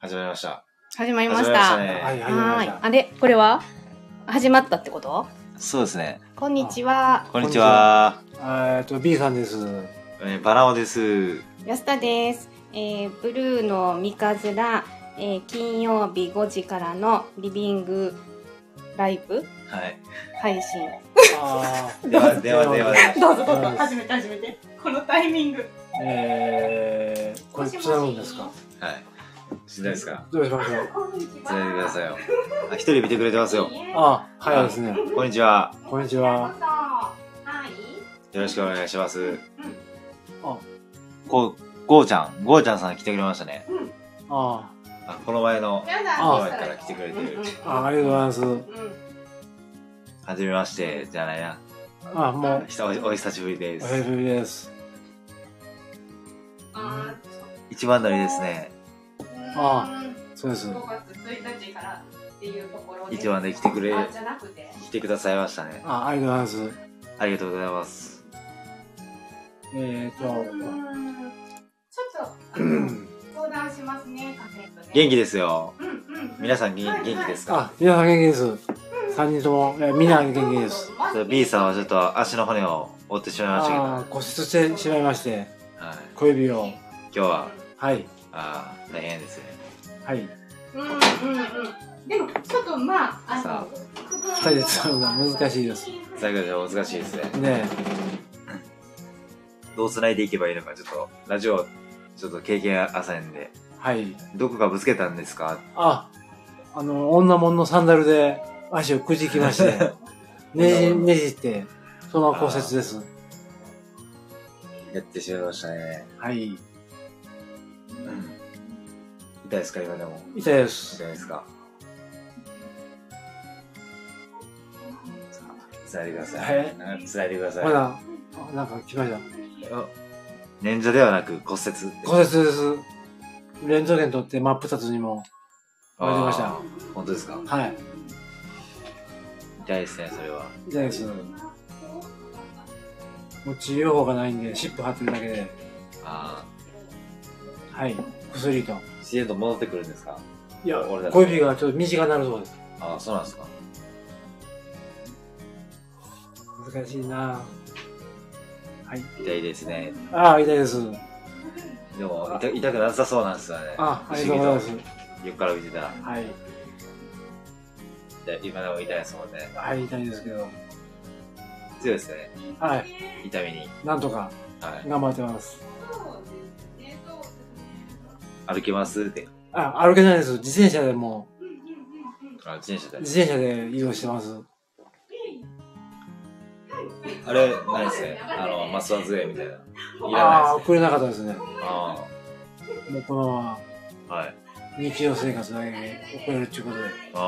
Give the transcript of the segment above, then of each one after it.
始まりました。始まりまし始まりましたた。ねはい、はい、ははーいい。。あれ、これは始まったってことそうですね。こんにちは。こんにちは。えっと、B さ んです。えーバナオです。安田です。えー、ブルーの三日面、えー、金曜日5時からのリビングライブはい。配信。あーでは、では、では。どうぞどうぞ初めて初めて。このタイミング。えー、これ、つなぐんですかはい。しないですかどうしましょう。こんにちつないでくださいよ。あ、一人見てくれてますよ。あ、早いですね。こんにちは。こんにちは。はい。よろしくお願いします。あ、こう、ゴーちゃん。ゴーちゃんさん来てくれましたね。ああ、この前の、やあ前から来てくれてる。ーあ、ありがとうございます。はじめまして、じゃないな。あ、もう、ひとおお久しぶりでお久しす。ぶりです。一番乗りですね。あそうです。 5月1日からっていうところ一番で来てくれあじゃなくて来てくださいましたね。あ、ありがとうございます。ありがとうございます。えっうと、んちょっとあの相談しますねカフェとね元気ですよ。うんうんうん皆さん元元気ですかあ、皆さん元気です。三人とも、え、みんな元気です。マジ B さんはちょっと足の骨を折ってしまいましたけど、はあー骨折してしまいまして、い、小指を。今日ははい、あー大変ですねはい。うんうんうんでもちょっとまああさの二人で使うのは難しいですあ最後で難しいですねねどう繋いでいけばいいのかちょっとラジオちょっと経験浅いんでえ、はい。どこかぶつけたんですかあ、あの、女物のサンダルで足をくじきま して、ねじ、ねじって、そのまま骨折です。やってしまいましたね、はい。うん、痛いですか今でも痛いで痛す。いですかつないでくださえい長くつないでくださいまだ、あなんか来ました。あ捻挫ではなく骨折骨折です。レントゲン取って真っ二つにも折れてましあた。ー本当ですかはい。痛いですねそれは痛いです。もう治療法がないんで、シップ貼ってるだけで、あはい。薬と。あ自然と戻ってくるんですかいや俺だ、小指がちょっと短くなるそうです。ああそうなんですか難しいなぁはい。痛いですねああ、痛いです。でも痛痛くなさそうなんですよねあ、ありがと不うござい思ま議す。と横から見てたらはい。痛い今でも痛いですもんねはい、痛いですけど。強いですねはい。痛みに、なんとかはい、頑張ってます。歩けますってあ、歩けないです。自転車でも、あ自転車で自転車で移動してます。あれ何ですねあのマスワ杖みたいないあらあー、くれなかったですなね。いですあもうこのまあはいま日常生活だけに送れるっていうことで。あ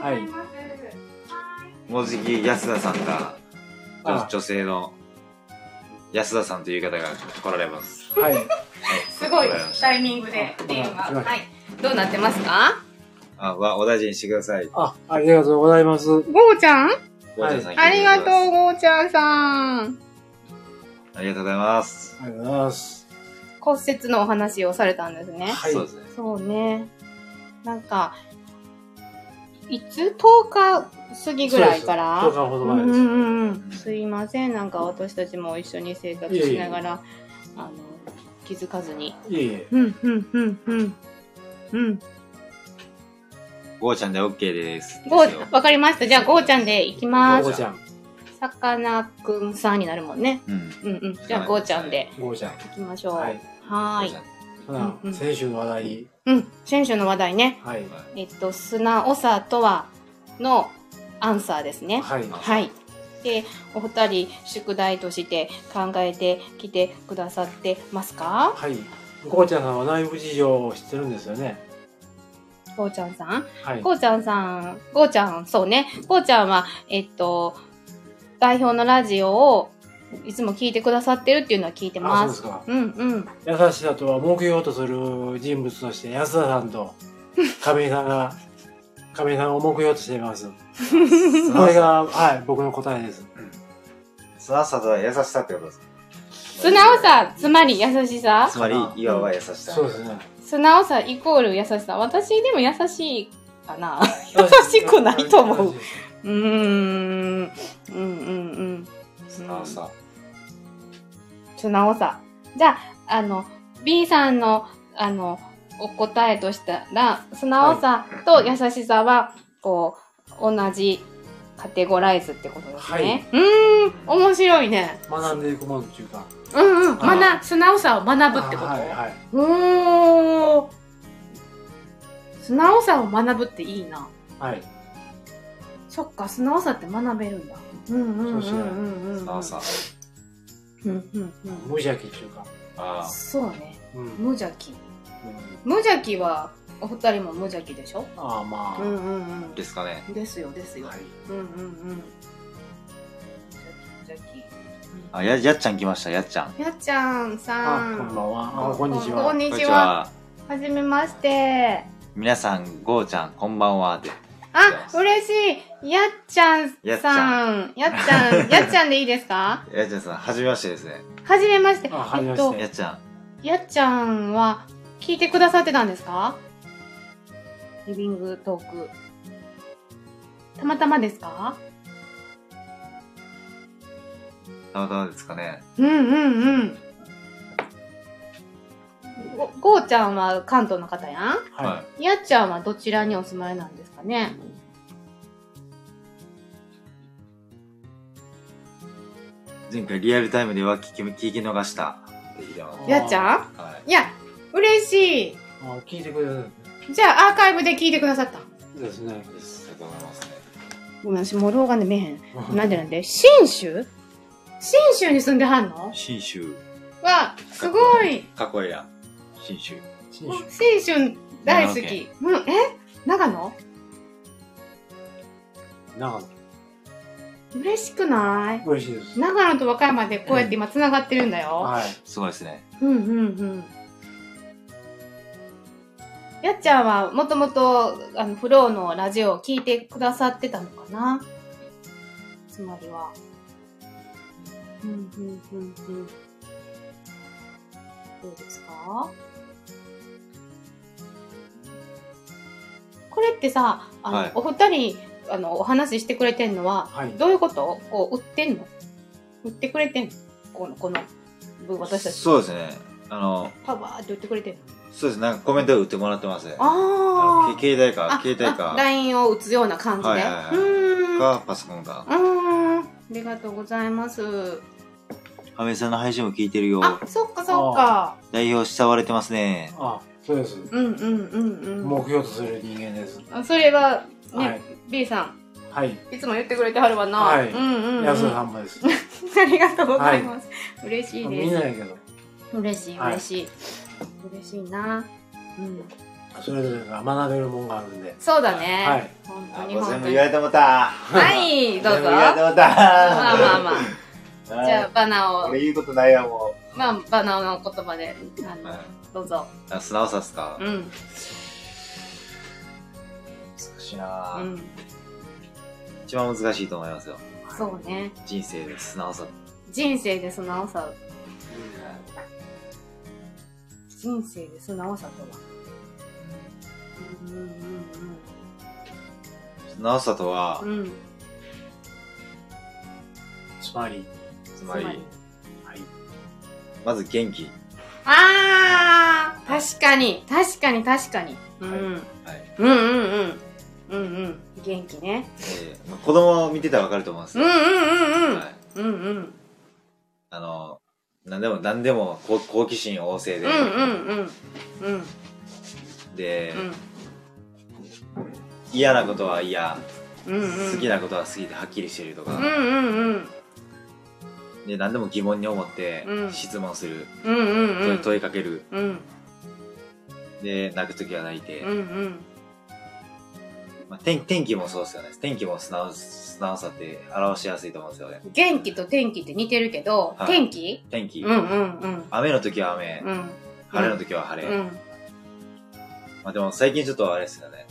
はい。あもうじき安田さんが女あ女性の安田さんという方が来られますはい。すごい来られましたタイミングでっていうのが。あわかりましたはい。どうなってますかあわお大事にしてくださいあ、ありがとうございます。ゴーちゃんゴーちゃんさん来あてりくれがてとまうす、ゴーちゃんさん。ありがとうございます、ありがとうございます。骨折のお話をされたんですね。はいそう。ですねそうね。なんか、いつ ?10 日過ぎぐらいからそうです10日ほど前ですうんうんうん。すいません。なんか私たちも一緒に生活しながら、あの、気づかずに。いえいえ。うん、うん、うん、うん。うん。ゴーちゃんで OK です。ゴですよー、わかりました。じゃあ、ゴーちゃんで行きまゴすー。ちゃん。さかなクンさんになるもんね。うん。うんうん。じゃあ、ゴーちゃんでゴーちゃん。行きましょう。ははいい。。ゴーちゃんほなうんうん先週の話題。うん。選手の話題ね。はい。えっと、素直さとはのアンサーですね。はい。あはい。で、お二人、宿題として考えてきてくださってますかはい。ゴーちゃんさんは内部事情を知ってるんですよね。ゴーちゃんさんはい。ゴーちゃんさん、ゴーちゃん、そうね。ゴーちゃんは、えっと、代表のラジオをいつも聞いてくださってるっていうのは聞いてあ、そうま。ですすか。うんうん。優しさとは目標とする人物として安田さん と亀井さんが亀井さんを目標としてい ますこれがはい僕の答えですその朝とは優しさってことですか素直さ、つまり優しさつ。まり、いわば優しさ。そうですね。素直さイコール優しさ。私でも優しいかな。優しくないと思う。 うーん。うんうんうん。素直さ。素直さ。じゃあ、あの、B さんの、あの、お答えとしたら、素直さと優しさは、こう、同じカテゴライズってことですね。うーん、面白いね。学んでいくもんっていうか。うんうん、あー学、素直さを学ぶってこと。はいはい。おー素直さを学ぶっていいな。はい。そっか、素直さって学べるんだ。うんうんうんうんうん。素直。さ。うんうんうん。無邪気っていうか。あそうね。うん。うん無邪気。無邪気は、お二人も無邪気でしょああ、まうんうんあ。ですかね。うん。ですよ、ですあ。よ。はい。うんうんうん。無邪気、無邪あ、や、やっちゃん来ました、やっちゃん。気。やっちゃんさあ、こんばんん。は。あ、こんにちこはん。にこんちにちは。は。はじめまして。皆さん、ゴーちゃん、こんばんは。で。あ、嬉しい。やっちゃんやっちさん。やっちゃ ん、やっちゃんでいいですかやっちゃんさん、はじめましてですね。はじめまして。あはじめまえしっねやっちゃん。と、やっちゃんは聞いてくださってたんですかリビングトーク。たまたまですかたまたまですかね。うんうんうん。ご、ごーちゃんは関東の方やはんやっちゃんはどちらにお住まいなんですかね前回リアルタイムでは聞き、聞き逃した。できますあーやっちゃんはい。いや、嬉しい。い。あ、聞いてくれる。じゃあアーカイブで聞いてくださった。ですね。ありがとうございますね。ごめん、私、もう老眼で見えへん。なんでなんで信州信州に住んではんの信州。わ、すごいかっこいいやん。信州。 新種信州大好長野き県。うん、え長野長野。嬉しくない嬉しいです。長野と和歌山でこうやって今繋がってるんだよ。はい。すごいですね。うんうんうん。やっちゃんはもともとあのフローのラジオを聞いてくださってたのかなつまりは。うんうんうんうん。どうですかこれってさ、あの、はいお二人、あの、お話ししてくれてんのは、はいどういうことこう、売ってんの売ってくれてんのこの、この、ぶ私たち。そうですね。あの、パワーって言ってくれてるのそうです。なんかコメントを打ってもらってますね。ああのーけ携帯かあ、携帯か、 LINE を打つような感じで、はいはいはいうーんか、パソコンか。うーんありがとうございますハメさんの配信も聞いてるよ。あそっかそっか代表慕われてますね。あ、そうです。うんうんうんうん目標とする人間です。あそれはね、はい。 B さんはい。いつも言ってくれてはるわな、はいうんうん、うん、安田さあんもです。りがとうございます、嬉しいみんなでやけど、す嬉しいはい嬉しい、嬉しいなうんそれぞれが学べるもんがあるんで。そうだね、はい。本あ当にもう本全部当に言われてもうた。はいどう全ぞ部言われてもうた。まあまあまああじゃあバナを俺言うことないわ、もまあバナの言葉であう。の、はいどうぞあ素直さっすか、うん難しいな、うん一番難しいと思いますよ。そうね人生で素直さ。人生で素直さ人生で素直さとはうん素直さとはうんう、んうんつまり、つまりつまり、はい。まず元気。あー確かに確かに確かに、うんはいうんはい。うんうんうんうん元気ねえーまあ、子供を見てたらわかると思うんですうんよ。うんうんうん、はい。うんうんあの、なんでも、なんでも好、好奇心旺盛うんで、うんうんうんで、嫌なことは嫌、うんうん好きなことは好きではっきりしてるとかうん、うんうんで、何でも疑問に思ってう、ん質問する、うんうんうん問い問いかける、うんで、泣くときは泣いて、うんうんまあ天、天気もそうですよね。天気も素直、素直さって表しやすいと思うんですよね。元気と天気って似てるけど、はい天気天気、うんうんうん雨の時は雨、うん晴れの時は晴れ。うんまあでも最近ちょっとあれですよね。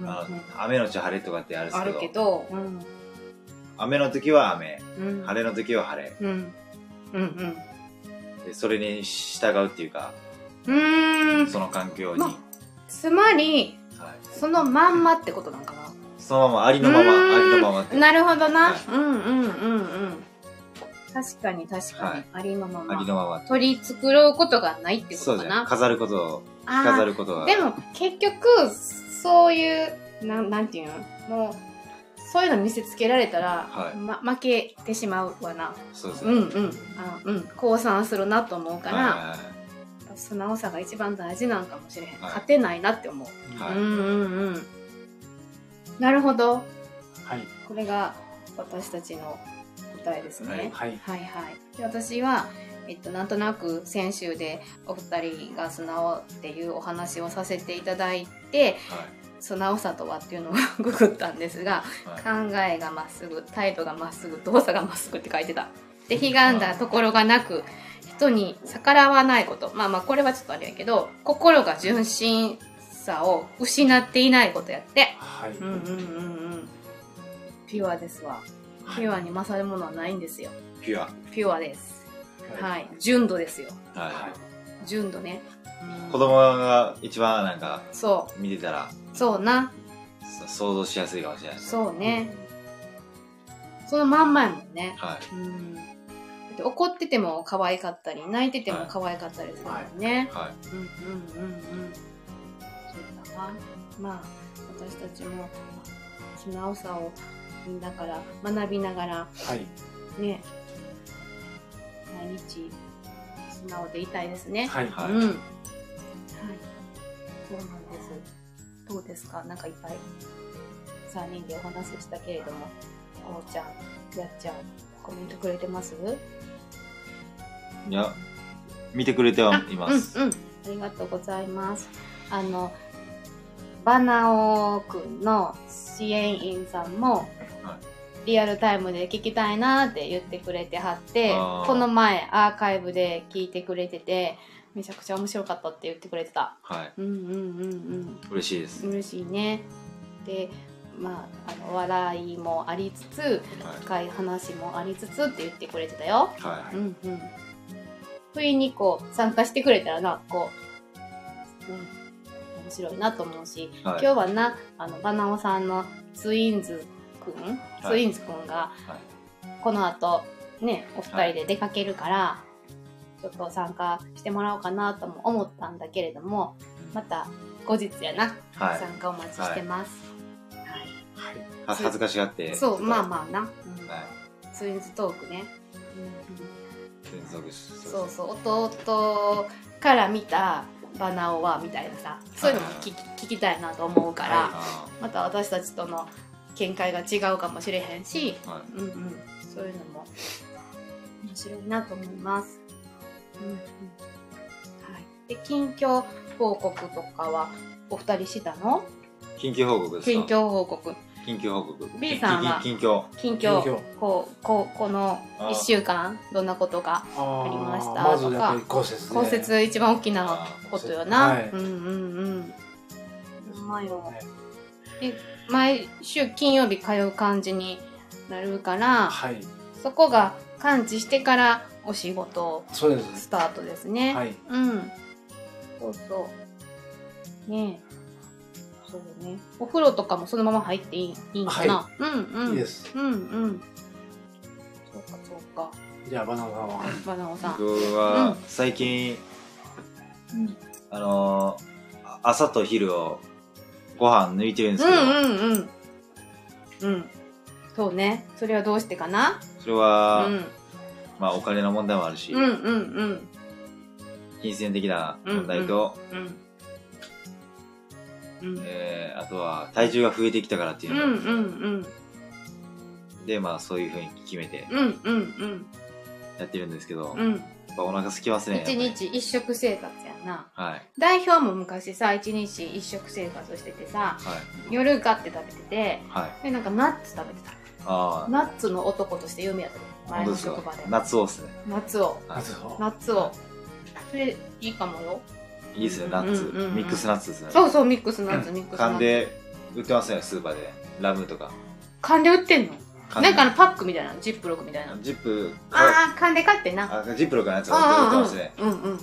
うんうんあうんの雨のち晴れとかってあるんですあけるど、けど、うん雨の時は雨、うん、晴れの時は晴れ。うんうんうんでそれに従うっていうかうーんその環境に、まつまりはい、そのまんまってことなんかなそのままありのままうーんありのままってなるほどな、はいうんうんうんうん確かに確かに、はいありのまありまのままって取り繕うことがないってこそとうかじゃんな飾ることをあー飾ることはでも結局そういうなんなんていうのもうそういうの見せつけられたら、はいま、負けてしまうわなそうですうね、んうんあうん降参するなと思うから、は素直さが一番大事なんかもしれへん、い勝てないなって思う、いはいはい、うはいんうんうんなるほどはい。これが私たちの答えですね、はいはい。はいはい。で私は、えっと、なんとなく先週でお二人が素直っていうお話をさせていただいて素直さとはっていうのを ググったんですがはい考えがまっすぐ態度がまっすぐ動作がまっすぐって書いてた。で悲願だところがなく人に逆らわないことまあまあこれはちょっとあれやけど心が純真さを失っていないことやって。はい。うんうんうんうん。ピュアですわ。ピュアに勝るものはないんですよ。ピュアピュアです。ははい、純度ですよ。はい、い。純度ね。うん子供が一番なんかそ見てたらう、そうな、そ想像しやすいかもしれないですそうね。そのまんまやもんね。はいうん。だって怒ってても可愛かったり、泣いてても可愛かったりするもんね。はいうんうんうんうん。そうだな。まあ、私たちも素直さを、だから学びながら、はい。ね、毎日素直でいたいですね。はい。はいうん。はい。そうなんです。どうですかなんかいっぱい3人でお話ししたけれども、こうちゃん、やっちゃん、コメントくれてますいや見てくれてはいます、うんうん。ありがとうございます。あの、バナオくんの支援員さんも、はリアルタイムで聞きたいなーって言ってくれてはってあーこの前アーカイブで聞いてくれててめちゃくちゃ面白かったって言ってくれてたはいうんうんうん嬉しいです、うん嬉しいねでまああの笑いもありつつはい深い話もありつつって言ってくれてたよはうんうん不意にこう参加してくれたらなこう、うん、面白いなと思うしいはい今日はなあのバナオさんのツインズくん、はいツインズくんがはいこの後ねお二人で出かけるから、ちょっと参加してもらおうかなとも思ったんだけれどもまた後日やな、はい参加お待ちしてます、はいは恥ずかしがってそうまあまあな、うんはいツインズトークね、連続しそうそう弟から見たバナオはみたいなさそういうのも聞き聞きたいなと思うから、あまた私たちとの見解が違うかもしれへんし、ーはいうんうん、そういうのも面白いなと思います。うんうんはい、で近況報告とかはお二人したの緊急報告ですか近況報告緊急報告 B さんは緊緊緊近況近況こうこうこのあー1週間どんなことがあありましたまずやっぱり骨折で。降雪一番大きなことよな、はいうんうんうんうまいよね毎週金曜日通う感じになるからはい。そこが完治してからお仕事そうです。スタートですね。はい。うん。そうそう。ねえ。そうね。お風呂とかもそのまま入っていいいいんかな、うんうん。いいです。うんうん。そうかそうか。じゃあ、バナナさんは。バナナさん。僕は最近、うんあのーあ朝と昼をご飯抜いてるんでうすけど、んうんうん。うん。そうね。それはどうしてかなそれうは、ん。まあお金の問題もあるし、うんうんうん。金銭的な問題と、うん。うん。えーあとは体重が増えてきたからっていううのんが、うんでまあそういうふうに決めてうん。うんうんやってるんですけど、うん。うやん。っぱお腹空きますね。一日一食生活やな。はいはい代表も昔さ一日一食生活しててさ夜ガって食べててはい。でなんかナッツ食べてあたあ、ナッツの男として有名やった本前当のです職場かで。夏をですね。ナッツをはいまずは。ナッツをそれいいかもよいいですね、うんナッツ、うんうんうんミックスナッツですね。そうそうミックスナッツミックスナ缶ッツで売ってますね、スーパーで。ラムとか。缶で売ってんの缶なんかあのパックみたいなのジップロックみたいなのジップ、ああ、勘で買ってな。あ、ジップロックのやつが売ってるかあもしれない。うんうんうんうん。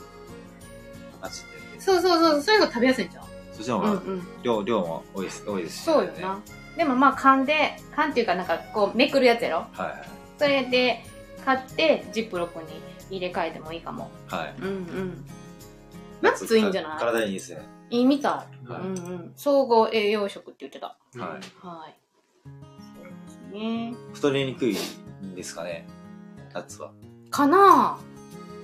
あっちってるんで。そうそうそう、そういうの食べやすいんじゃん。そっちのう方んうがん。量、量も多いです多いですし。そうよな。でもまあ勘で、勘っていうかなんかこうめくるやつやろ。はいそれで買ってジップロックに入れ替えてもいいかも。はい。はい。うんうん。ナッツいいんじゃない体にいいですね。いいみたい。はいうんうん。総合栄養食って言ってた。はいはい。そうですね。太りにくいんですかね。ナッツは。かなあ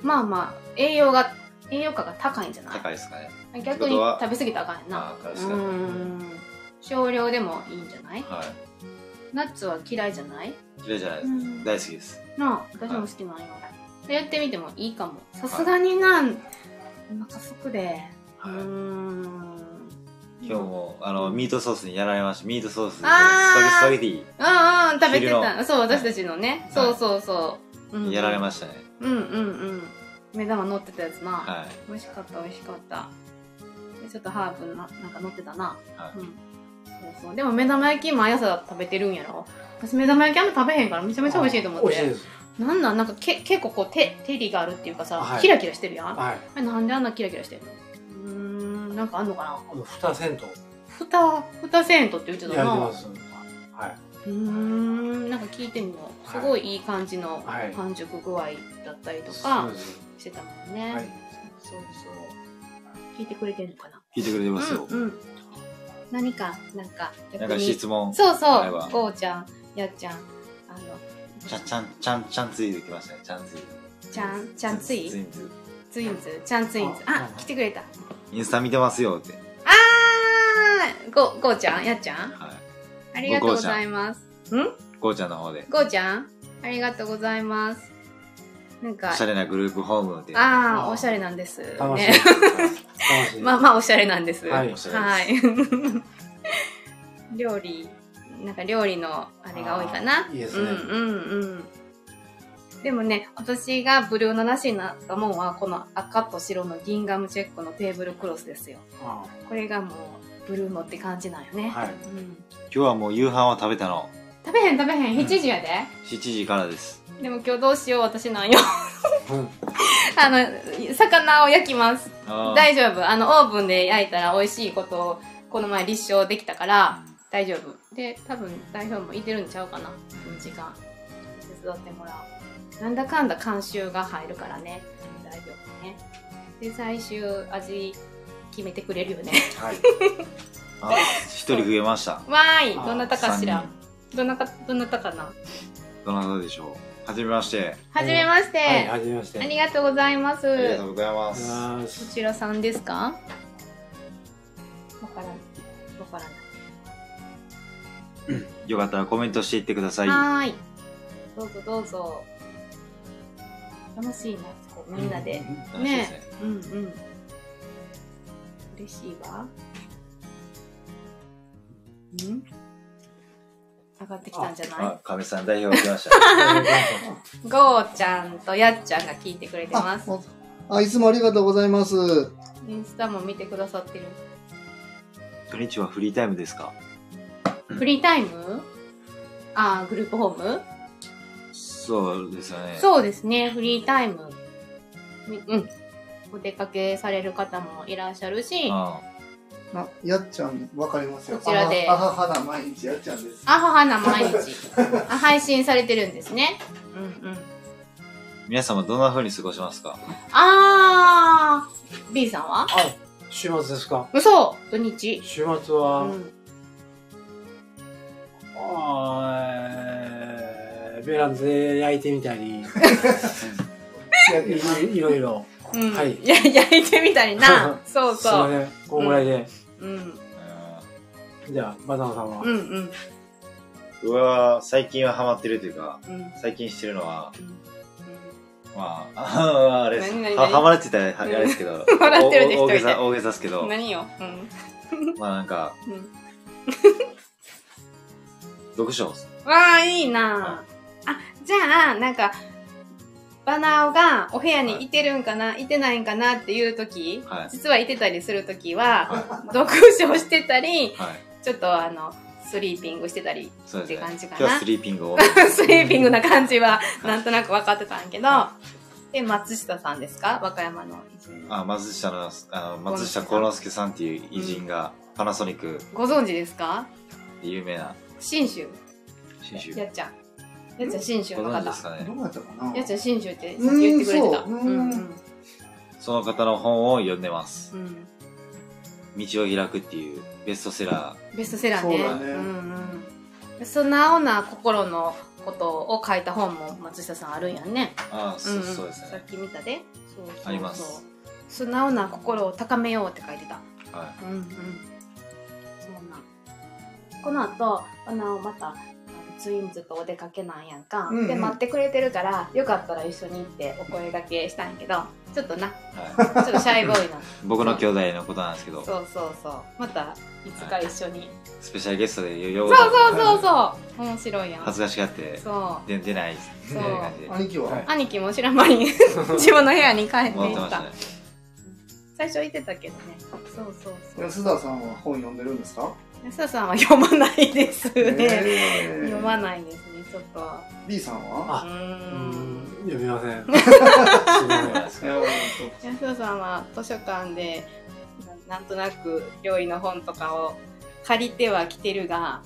まあまあ、栄養が、栄養価が高いんじゃない高いですかね。逆に食べ過ぎたらあかんやんなああ、からうしか。はん少量でもいいんじゃないい。ナッツは嫌いじゃない嫌いじゃないです。うん大好きです。なあ私も好きなんよ、やってみてもいいかもさすがになお腹すくで、うはいーん今日も、あの、ミートソースにやられました。ミートソースであースパゲスパゲテうんうん食べて昼たのそう私たちのね、いそうそうそう、うんうィんやられましたね。うんうんうん目玉乗ってたやつな、は美味しかった美味しかったでちょっとハーブななんか乗ってたな、はいうん、そうそうでも目玉焼き毎朝食べてるんやろ私目玉焼きあんま食べへんからめちゃめちゃ美味しいと思って美味しいです。なんなんなんかけ結構こう手手りがあるっていうかさ、はいキラキラしてるやんあはい。れなんであんなキラキラしてるのうーんなんかあんのかなあの、二銭湯蓋蓋セントって言ってやりたなまうす。はい。ーんなんか聞いてみようすごいいい感じのはい半熟具合だったりとそかうですしてたもんね、はいそうそう聞いてくれてるのかな聞いてくれてますよ。うんうん、何かなんかなん逆かに質問、そうあそれうばゴーちゃんやっちゃんあのちゃちゃん、ちゃん、ちゃんついてきましたね。ちゃんついて。ちゃんちゃんついついついツインズちゃんツインズああ来てくれたあインスタ見てますよって。ーゴゴーちゃんやっちゃんはい。ありがとうございますこうちゃんの方で。ゴーちゃんありがとうございますなんおかしゃれなグループホームで。あああーおしゃれなんです楽しい。ね 楽しい。まあまあおしゃれなんですはいおしゃれはです。い。 料理、なんか料理のあれが多いかなあ。ーいいですねうんうんうん。でもね、私がブルーのらしいなと思うのは、この赤と白のギンガムチェックのテーブルクロスですよ。あこれがもう、ブルーノって感じなんよね。はいうん今日はもう夕飯は食べたの。食べへん食べへん、7時やで。 7時からです。でも今日どうしよう、私なんよ。 ーうんあの、魚を焼きます。あー大丈夫。あの、オーブンで焼いたら美味しいことを、この前立証できたから、大丈夫で多分代表もいてるんちゃうかなこの時間手伝ってもらうなんだかんだ監修が入るからね大丈夫ねで最終味決めてくれるよ ねはい。あ、一人増えました。わーいあーどなたかしら三人どなたどなたかなどなたでしょう。はじめまして。はじめまして、はい、はじめまして。あがりがとうございますありがとこうございます。とうございまちらさんですかわからないわからないよかったらコメントしていってください。はーい。どうぞどうぞ。楽しいな、こうみんなで。楽しいですね。うんうん。嬉しいわ。うん上がってきたんじゃないあ、亀さん代表来ま した。ゴーちゃんとやっちゃんが聞いてくれてあます。ほんとあ、いつもありがとうございます。インスタも見てくださってる。土日はフリータイムですかフリータイムあー、グループホームそうですよね。そうですね、フリータイム。みうん。お出かけされる方もいらっしゃるし、ああ、やっちゃん、わかりますよ。こちらであはあははな毎日やっちゃんです。あははな毎日あ配信されてるんですね。うんうん。皆様どんな風に過ごしますかあー、B さんはあ、週末ですか嘘土日。週末うは、ん。あーえーベランダで焼いてみた り、いいろいろ。うん。はいいや、焼いてみたり な。そうすいまそう。せん、こんぐらいで。うん。じゃあ、バナナさんは。うんうん。うわー最近はハマってるというか、うん。最近してるのは、うまあ、あれです。何々ははまれてたらあれですけ ど、笑ってるでおお大げ一人でさ、大げさですけどん、何よ。うん。まあなんか、うん読書をすわあ、いいなあ、じゃあ、なんか、バナオがお部屋にいてるんかな、い、てないんかなっていう時、はい実はいてたりする時は、は読書してたり、い。はい。ちょっとあの、スリーピングしてたりそうですね。って感じかな今日はスリーピング を。スリーピングな感じはなんとなく分かってたんやけど、で、松下さんですか和歌山の偉人あ、松下の、あの、松下幸之助さんっていう偉人が、パナソニックご存知ですかで有名な信州。新種。やっちゃん。やっちゃん信州ごの存知で方す。かどね。うやったかなやっちゃん信州ってさっき言ってくれてた。うんそうううんんうんその方の本を読んでます。うん道を開くっていうベストセラベストセラーね。そうだんねうん。素直な心のことを書いた本も松下さんあるんやんね。ー。ああ、そんうんそうですさねっ。き見たで。そうそうそうあります。素直な心を高めようって書いてた。はうんうん。そうなん。この後、あの、また、あのツインズとお出かけなんやんか、うんうんで、待ってくれてるから、よかったら一緒に行ってお声掛けしたんやけど、ちょっとな、い。はい、ちょっとシャイボーイなの。僕の兄弟のことなんですけど、そうそうそう。また、いつか一緒に。スペシャルゲストで呼そぶうそうとそうそう。面白いやん。恥ずかしがって、そう。で出ないです。みそうたいな感じで。兄貴は、はい兄貴も知らん間に 自分の部屋に帰って戻いってっましたたね。最初言ってたけどねそうそうそう安田さんは本読んでるんですか、安田さんは読まないですね、え読まいないですねちょっと B さんあはうーうんん読み ません。そうなんですいかや安田さんは図書館でななんとなく料理の本とかを借りては来てるが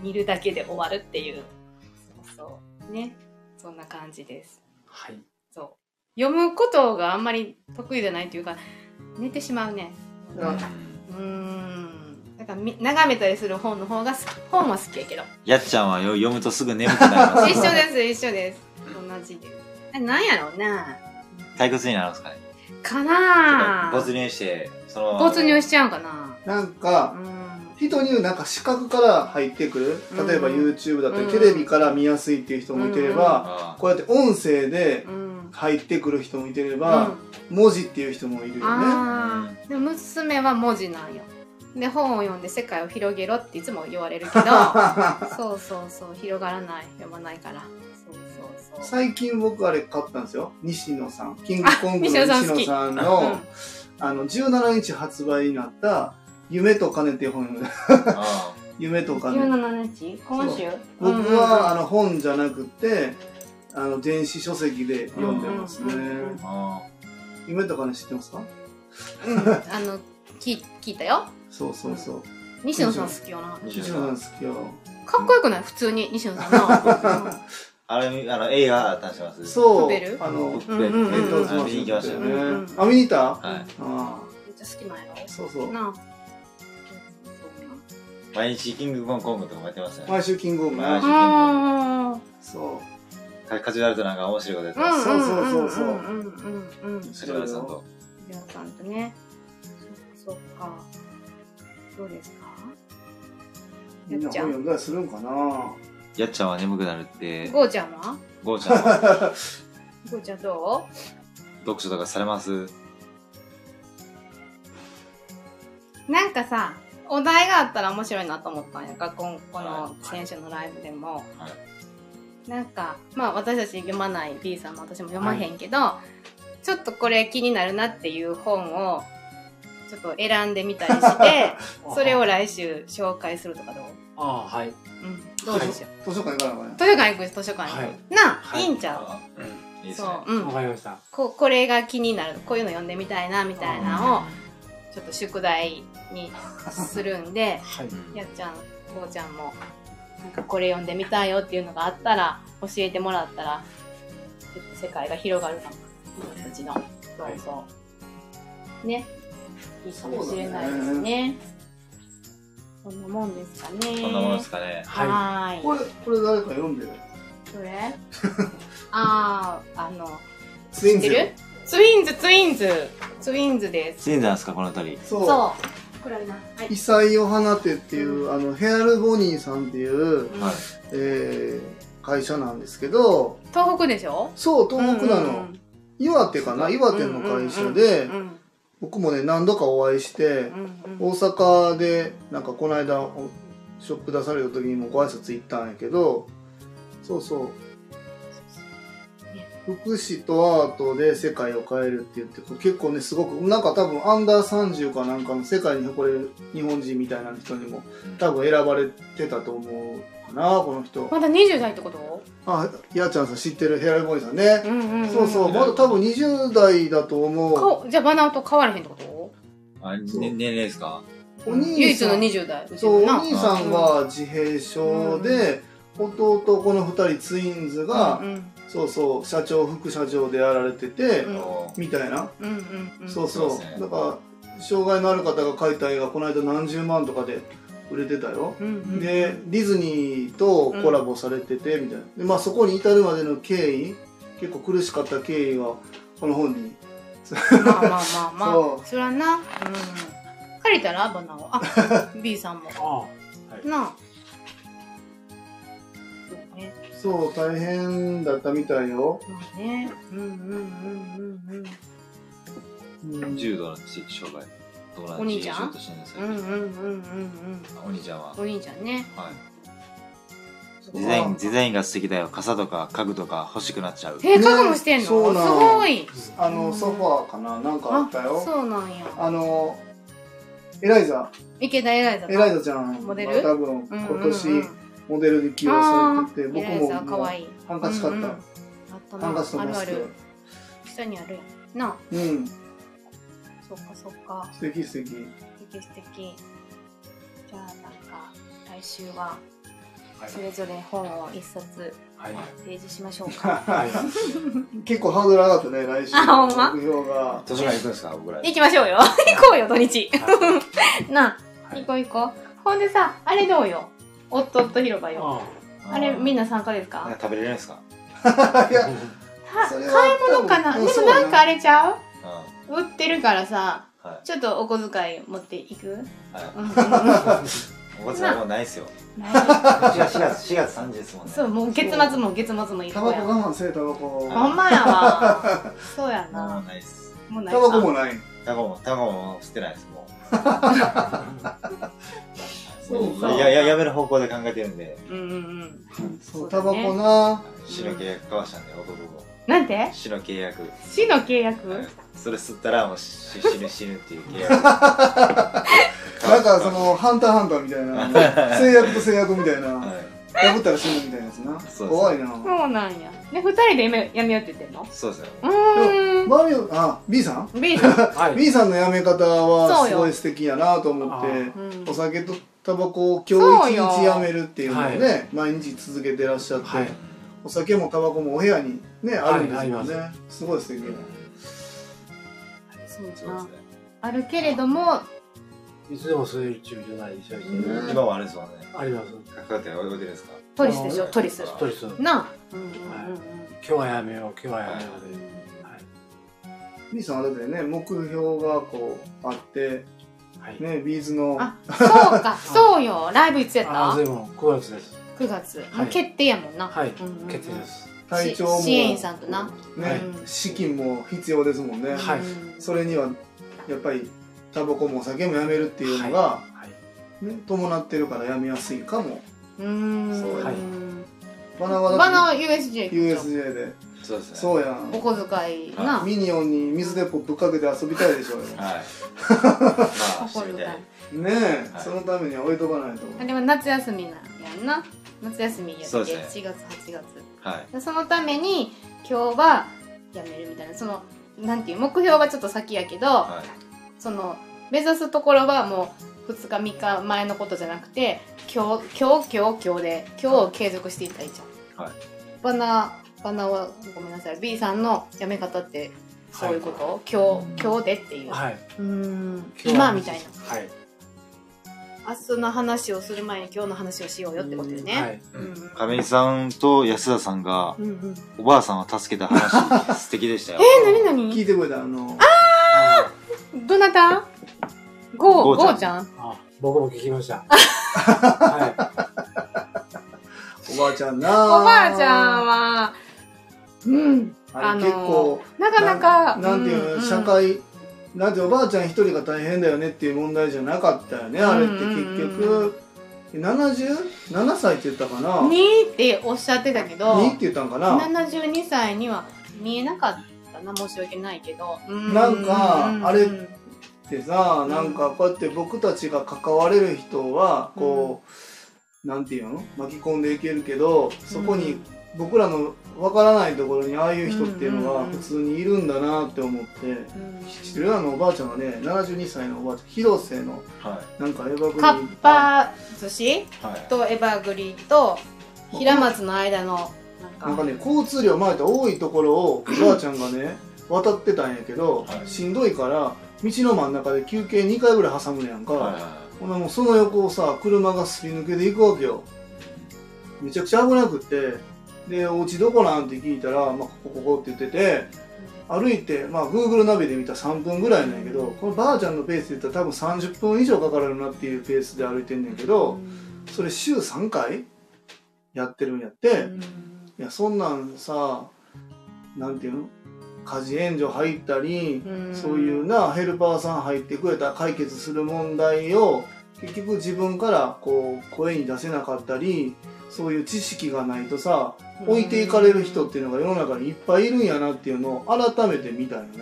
うん見るだけで終わるっていうそうそうねそんな感じですはい。そう読むことがあんまり得意じゃないというか寝てしまうねいやうんうーんなんかみ眺めたりする本の方が好き本は好きや けどやっちゃんはよ読むとすぐ眠くなります。一緒です一緒です同じですあなんやろうな退屈になるんですかね。かな没入して、そのまま没入しちゃうんかななんか、うん人に言うなんか視覚から入ってくうんる例えば YouTube だったり、うんテレビから見やすいっていう人もいてれあば、こうやって音声でうん入ってくる人もいてれうんば、文字っていう人もいるよねあーでも娘は文字なんよで本を読んで世界を広げろっていつも言われるけ どそうそうそう広がらない読まないからそうそうそう最近僕あれ買ったんですよ西 野さんキングコングの西野西野さん好きさんうのんあの17日発売になった「夢と金」っていう本読んでーあ 夢と金17日今週僕うんうんうんはあの本じゃなくてあの電子書籍で読んでますね、うんうんうんうんーあ夢と金知ってますかうんあの聞聞いたよそうそうそう西野さん好きよなー西野西さ野さんん好きよかっこよくない普通に西野さん の、あれ、あの、映画出してます。そ食うべるあのうんうんうん弁弁当つ当ま妻みに行きましたようね。んうんあ見に行ったはい。あめっちゃ好きなんやあそうそうろなあ毎日キングコングコングとかもやってますね。毎週キングオブ毎ね週あそカカジュアルとなんか面白いことやってあまうんす。そうそうそうそううんうんうんうんカジュアルさんと。ジャンさんとねそっかどうですかうみんな本読んだりするんかなやっちゃんは眠くなるって、ゴーちゃんはゴーちゃんはゴーちゃんど読書とかされますうなんかさお題があったら面白いなと思ったんやんかこんこの選手のライブでも、はなんかまあ私たち読まない B さんも私も読まへんけど、ちょっとこれ気になるなっていう本をちょっと選んでみたりして それを来週紹介するとかどうああはい。うんどうでしょう、図書館行かなあかんや図書館行く図書館行く、はいなあ、、はいいいんちゃう、あうんいいですねそ。う、うんわ、かりました。ここれが気になるこういうの読んでみたいなみたいなをあちょっと宿題にするんで はい。やっちゃんこうちゃんもなんかこれ読んでみたいよっていうのがあったら教えてもらったらちょっと世界が広がるかもうちのそうそうねいいかもしれないですねそんなもんですかねこんなもんですかね。ははーいこれこれ誰か読んでるどれ あああのツイ知ンってズるツインズツインズツインズです死んだんですか、この辺り。そうそう暗いなは異い彩を放てっていううあのヘアルボニーさんっていう、はい。えー会社なんですけど東北でしょそう東北なの、うん岩手かな岩手の会社で、うん僕もね何度かお会いしてう、んうん大阪でなんかこの間おショップ出された時にもご挨拶行ったんやけどそうそう福祉とアートで世界を変えるって言って結構ねすごくなんか多分アンダー30かなんかの世界に誇れる日本人みたいな人にも多分選ばれてたと思うかなこの人まだ20代ってことあやーちゃんさん知ってるヘラルボーイさんねうんうん、うん、そうそうまだ多分20代だと思う顔じゃあバナーと変わらへんってことあれ、ね、年齢ですかお兄さん唯一の20代うちそうのおな兄さんが自閉症で、弟この2人ツインズが、うんうんそうそう社長副社長でやられてて、うんおみたいな、うんうんうんそうそうそうですねだから障害のある方が描いた絵がこの間何十万とかで売れてたよ、うんうんでディズニーとコラボされててみたいなで、まあ、そこに至るまでの経緯結構苦しかった経緯はこの本にまあまあまあまあそそりゃなうん借りたらバナーをあ B さんもあなあそうねそう大変だったみたいよまあねうんうんうんうんうんー重度の知的障害友達お兄ちゃん重度診断さうれんてうんるうんうんお兄ちゃんはうんお兄ちゃんねはいすごいデザインデザインが素敵だよ傘とか家具とか欲しくなっちゃうえ家具もしてんのすそうなんごいあのソファーかななんかあったよそうなんやあのエライザ池田エライザエライザちゃんモがデル多う分んうんう今ん年モデルに起用されててあー僕エライザも可愛いハンカチ買っうんうんたあったハンカチとなあマるあスるク下にあるやんなあうんそっかそっか素敵素敵素敵素敵じゃあなんか来週はそれぞれ本を一冊はい提示しましょう か結構ハードル上がったね来週あほんま目標が図書館行くんですか僕ら行きましょうよ行こうよ土日なあ行こう行こうほんでさあれどうよおっとっと広場よああれみんなな参加ですかんか食べれるんですかいやはそれは買い物かなで多分もそうなだなんかあれちゃううんは売ってるからさいちょっとお小遣い持っていく、はいうんうんうんおごつはもうない ですよない4月4月30ですもんねそうもう月末も月末もいいタ子バやコん我慢せえタバコほんまや わそうやもうなないですもうないタバコもないタコもタコも捨てないですもう そうかいやいややめる方向で考えてるんでうんうんうんそうタバコな死の契約交わしたんで弟もなんて死の契約死の契約、はいそれ吸ったらもう死死ぬ死ぬっていう契 約なんかそのハンターハンターみたいな制約と制約みたいなはい破ったら死ぬみたいなやつなそうそう怖いなそうなんやで二人でやめやめようって言ってんのそうですようーんマリオあ B さん B さん、はい B さんの辞め方はすそうごよい素敵やなと思っうてんお酒とタバコを今そ日一うよ日辞めるっていうのをね、は毎日続けてらっしゃって、はいお酒もタバコもお部屋にねあるんですよね、はすごい素敵なそうそうやでなすねあるけれどもいつでもそういう中じゃないでしょうん今はあれですもんねありますかかって泳いでるんですかトリスでしょトリストリス今なあうんうんうんうん 日はやめよう今日はやめようで、はい B さんはだってね目標がこうあってはいねビーズのあそうかそうよライブいつやっあたでも9月です9月、はい決定やもんな、はいうんうんうん決定です体調もし支援員さんとな、ね、はい資金も必要ですもんね、はいうんそれにはやっぱりタバコもお酒もやめるっていうのが、はいね、伴ってるからやめやすいかもうーんそうはいバナバナははだっ USJ て行くじ USJ でそうですねそうやんゃんお小遣いはいな、ミニオンに水鉄砲ぶっかけて遊びたいでし ょうよ。ねはいまあしてみたいお小遣いえ、はいそのためには置いとかないと。あれは夏休みなんやんな夏休みやってそう4です月8月はいでそのために今日はやめるみたいなそのなんていう目標はちょっと先やけど、はいその目指すところはもう2日3日前のことじゃなくて今日今日今日今日で今日を継続していったらいいじゃん、はいバナバナはごめんなさい B さんのやめ方ってそういうこと、今日今日でっていう、はい、うーん今日は今みたいなはい明日の話をする前に今日の話をしようよってことよね、はいうん亀井さんと安田さんがうんうん、おばあさんを助けた話素敵でしたよえー、なにな聞にいてくれたあの、どなたゴゴーゴーーちちゃんあ僕も聞き ましたはおばあちゃんな。おばあちゃん。はうんああれの結構、なかなかなんていうの、社会、なんておばあちゃん一人が大変だよねっていう問題じゃなかったよね、あれって結うんうん局。77歳って言ったかなにっておっしゃってたけど2って言ったんかな72歳には見えなかったな、申し訳ないけど。なんかうんあれうんでさうんなんかこうやって僕たちが関われる人はこう、なんていうの巻き込んでいけるけどそこに僕らのわからないところにああいう人っていうのがうんうんうん普通にいるんだなって思って。うん知ってるあのおばあちゃんがね72歳のおばあちゃん広瀬のはなんかエヴァグリーンかっぱ寿司い。はい。とエバーグリーンと平松の間のなんかなんかね交通量前と多いところをおばあちゃんがね渡ってたんやけど、はいしんどいから道の真ん中で休憩2回ぐらい挟むねやんか、はいはいはほなもうその横をさ車がすり抜けていくわけよめちゃくちゃ危なくってでお家どこなんて聞いたら、まあ、ここここって言ってて歩いて、まあ、Google ナビで見たら3分ぐらいなんやけどこのばあちゃんのペースで言ったら多分30分以上かかるなっていうペースで歩いてんねんけどそれ週3回やってるんやって、うんいやそんなんさなんていうの家事援助入ったり、うんそういうなヘルパーさん入ってくれたら解決する問題を結局自分からこう声に出せなかったりそういう知識がないとさ置いていかれる人っていうのが世の中にいっぱいいるんやなっていうのを改めて見たよね。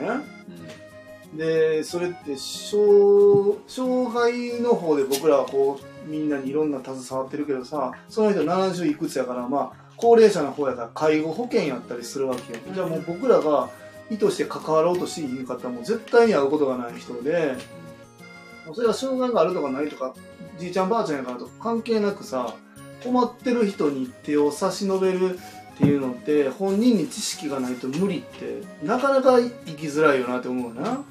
でそれって障障害の方で僕らはこうみんなにいろんな携わってるけどさその人70いくつやからまあ高齢者の方やから介護保険やったりするわけよ。じゃあもう僕らが意図して関わろうとしている方も絶対に会うことがない人でそれは障害があるとかないとかじいちゃんばあちゃんやからとか関係なくさ困ってる人に手を差し伸べるっていうのって本人に知識がないと無理ってなかなか生きづらいよなって思うな。うんうん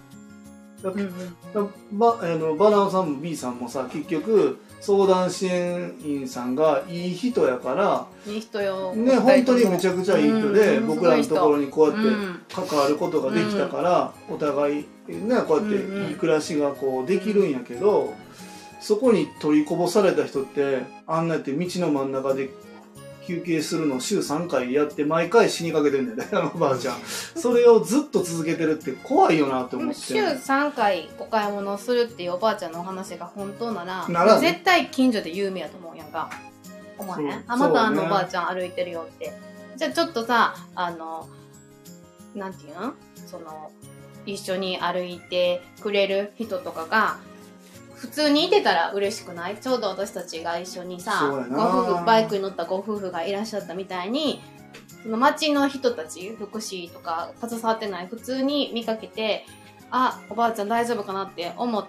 ばあのバナオさんも B さんもさ結局相談支援員さんがいい人やかいい人よらね本当にめちゃゃくちゃいい人で、うん僕らのところにこうやって。うん関わることができたから、お互い、ね、こううやんうっんていい暮らしがこうできるんやけど、そこに取りこぼされた人ってあんなやって道の真ん中で休憩するのを週3回やって毎回死にかけてんだよねあのおばあちゃんそれをずっと続けてるって怖いよなってで思っもて週3回お買い物をするっていうおばあちゃんのお話が本当ならならね絶対近所で有名やと思うやんか思わへそうんあまたあそうのねおばあちゃん歩いてるよって、じゃあちょっとさあのなんていうんその一緒に歩いてくれる人とかが普通にいてたら嬉しくないちょうど私たちが一緒にさそうやなご夫婦バイクに乗ったご夫婦がいらっしゃったみたいにその町の人たち福祉とか携わってない普通に見かけてあおばあちゃん大丈夫かなって思っ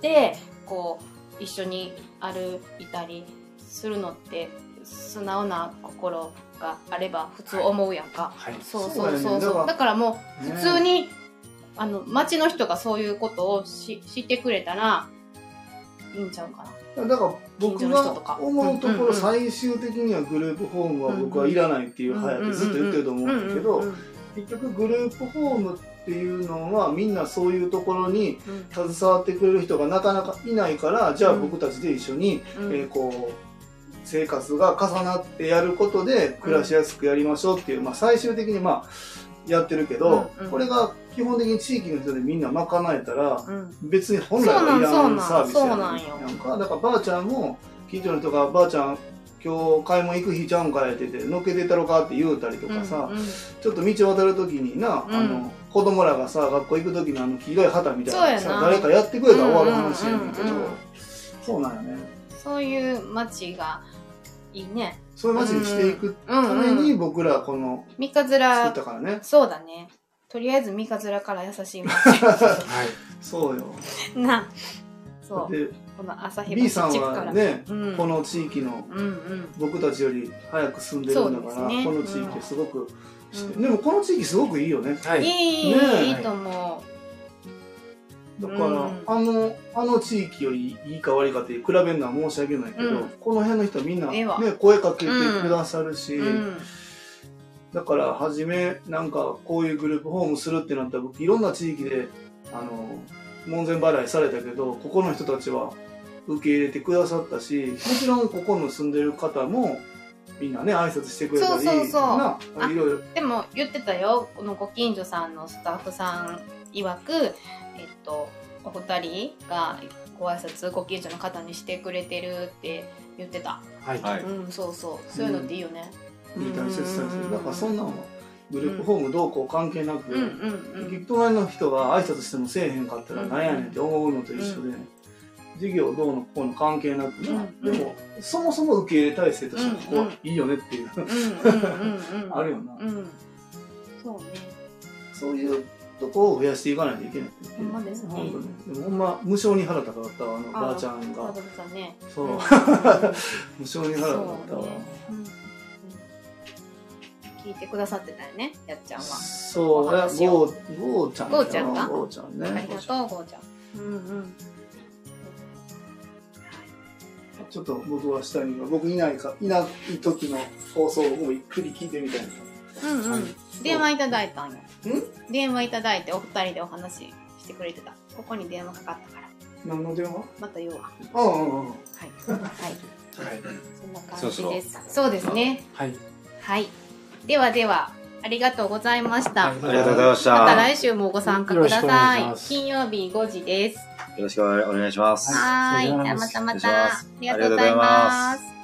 てこう一緒に歩いたりするのって素直な心があれば普通思うやんか、はいそうそうそうそやねうそうだからもうね普通に、あの町の人がそういうことをし知ってくれたらいいんちゃうかなだから僕近所の人とがか思うとうんうんこうろん最終的にはグループホームは僕はいらないっていう早くずっと言ってると思うんだけどうんうん結局グループホームっていうのはみんなそういうところにうんうん携わってくれる人がなかなかいないからじゃあうん僕たちで一緒に、うんえーこう生活が重なってやることで暮らしやすくやりましょうっていう、まあ、最終的にまあやってるけど、うんうんこれが基本的に地域の人でみんな賄えたらうん別に本来はいらそうなんんサービスやそうなんよなんかだからばあちゃんも近所の人が「ばあちゃん今日買い物行く日ちゃうんかい」って言って「のっけてったろか?」って言うたりとかさ、うんうんちょっと道渡る時にな、うんあの子供らがさ学校行く時のあの黄色い旗みたいなのそうさやな誰かやってくれたら終わる話やねんけど、うんうんうんうんそうなんよねそういう町がいいねそういう街にしていくうたんめうにん僕らこの三日作っ面たからね、そうだねとりあえず三日面から優しい 町はい。そうよなそうでこの朝日橋 B さん地区かはら、ね、うん、この地域のうんうん僕たちより早く住んでるんだかそうら、ですねこの地域すごく知って、うんでもこの地域すごくいいよねはいい。い、いいねえいいと思だから、うんあのあの地域よりいいか悪いかって比べるのは申し訳ないけど、うんこの辺の人みんな、ええねわ、声かけてくださるし、う、うん、だから初めなんかこういうグループホームするってなったら僕いろんな地域であの門前払いされたけどここの人たちは受け入れてくださったしもちろんここの住んでる方もみんなね挨拶してくれたりそうそうそうなあいろいろでも言ってたよこのご近所さんのスタッフさん曰くえっとお二人がご挨拶ご近所の方にしてくれてるって言ってたはい。はい。うんそうそうそういうのっていいよね、いい大切さですうんだからそんなんはグループホームどうこう関係なく、うんうんうん。隣の人が挨拶してもせえへんかったらなんやねんって思うのと一緒で、授業どうのこうの関係なく、うんでもそもそも受け入れ体制としてはここはいいよねっていう、うんうんうんうん。 あるよな、うん。そうね。そういうとこを増やしていかないといけないっていうほんまですね本当にでもほんま無性に腹立たかったわあのあーばあちゃんそうがだったね。そう、ん無性に腹立ったわそうねうんうん聞いてくださってたよね、やっちゃんは。そうおや話をゴーゴーちゃんかなゴーちゃんがゴーちゃんねありがとう、ゴーちゃん。うんうん。ちょっと僕はしたいのが僕いないかいない時の放送をもうゆっくり聞いてみたいなうんうはいん。電話いただいたんや。電話いただいて、お二人でお話ししてくれてた。ここに電話かかったから。何の電話また言うわ。は。うんうんうんはいはい。そんな感じです。そうですね。はい。はい。ではでは、ありがとうございました。ありがとうございました。また来週もご参加くだよろしくお願いしさまい。す金曜日5時です。よろしくお願いします。はーい。じゃあまたまた。ありがとうございます。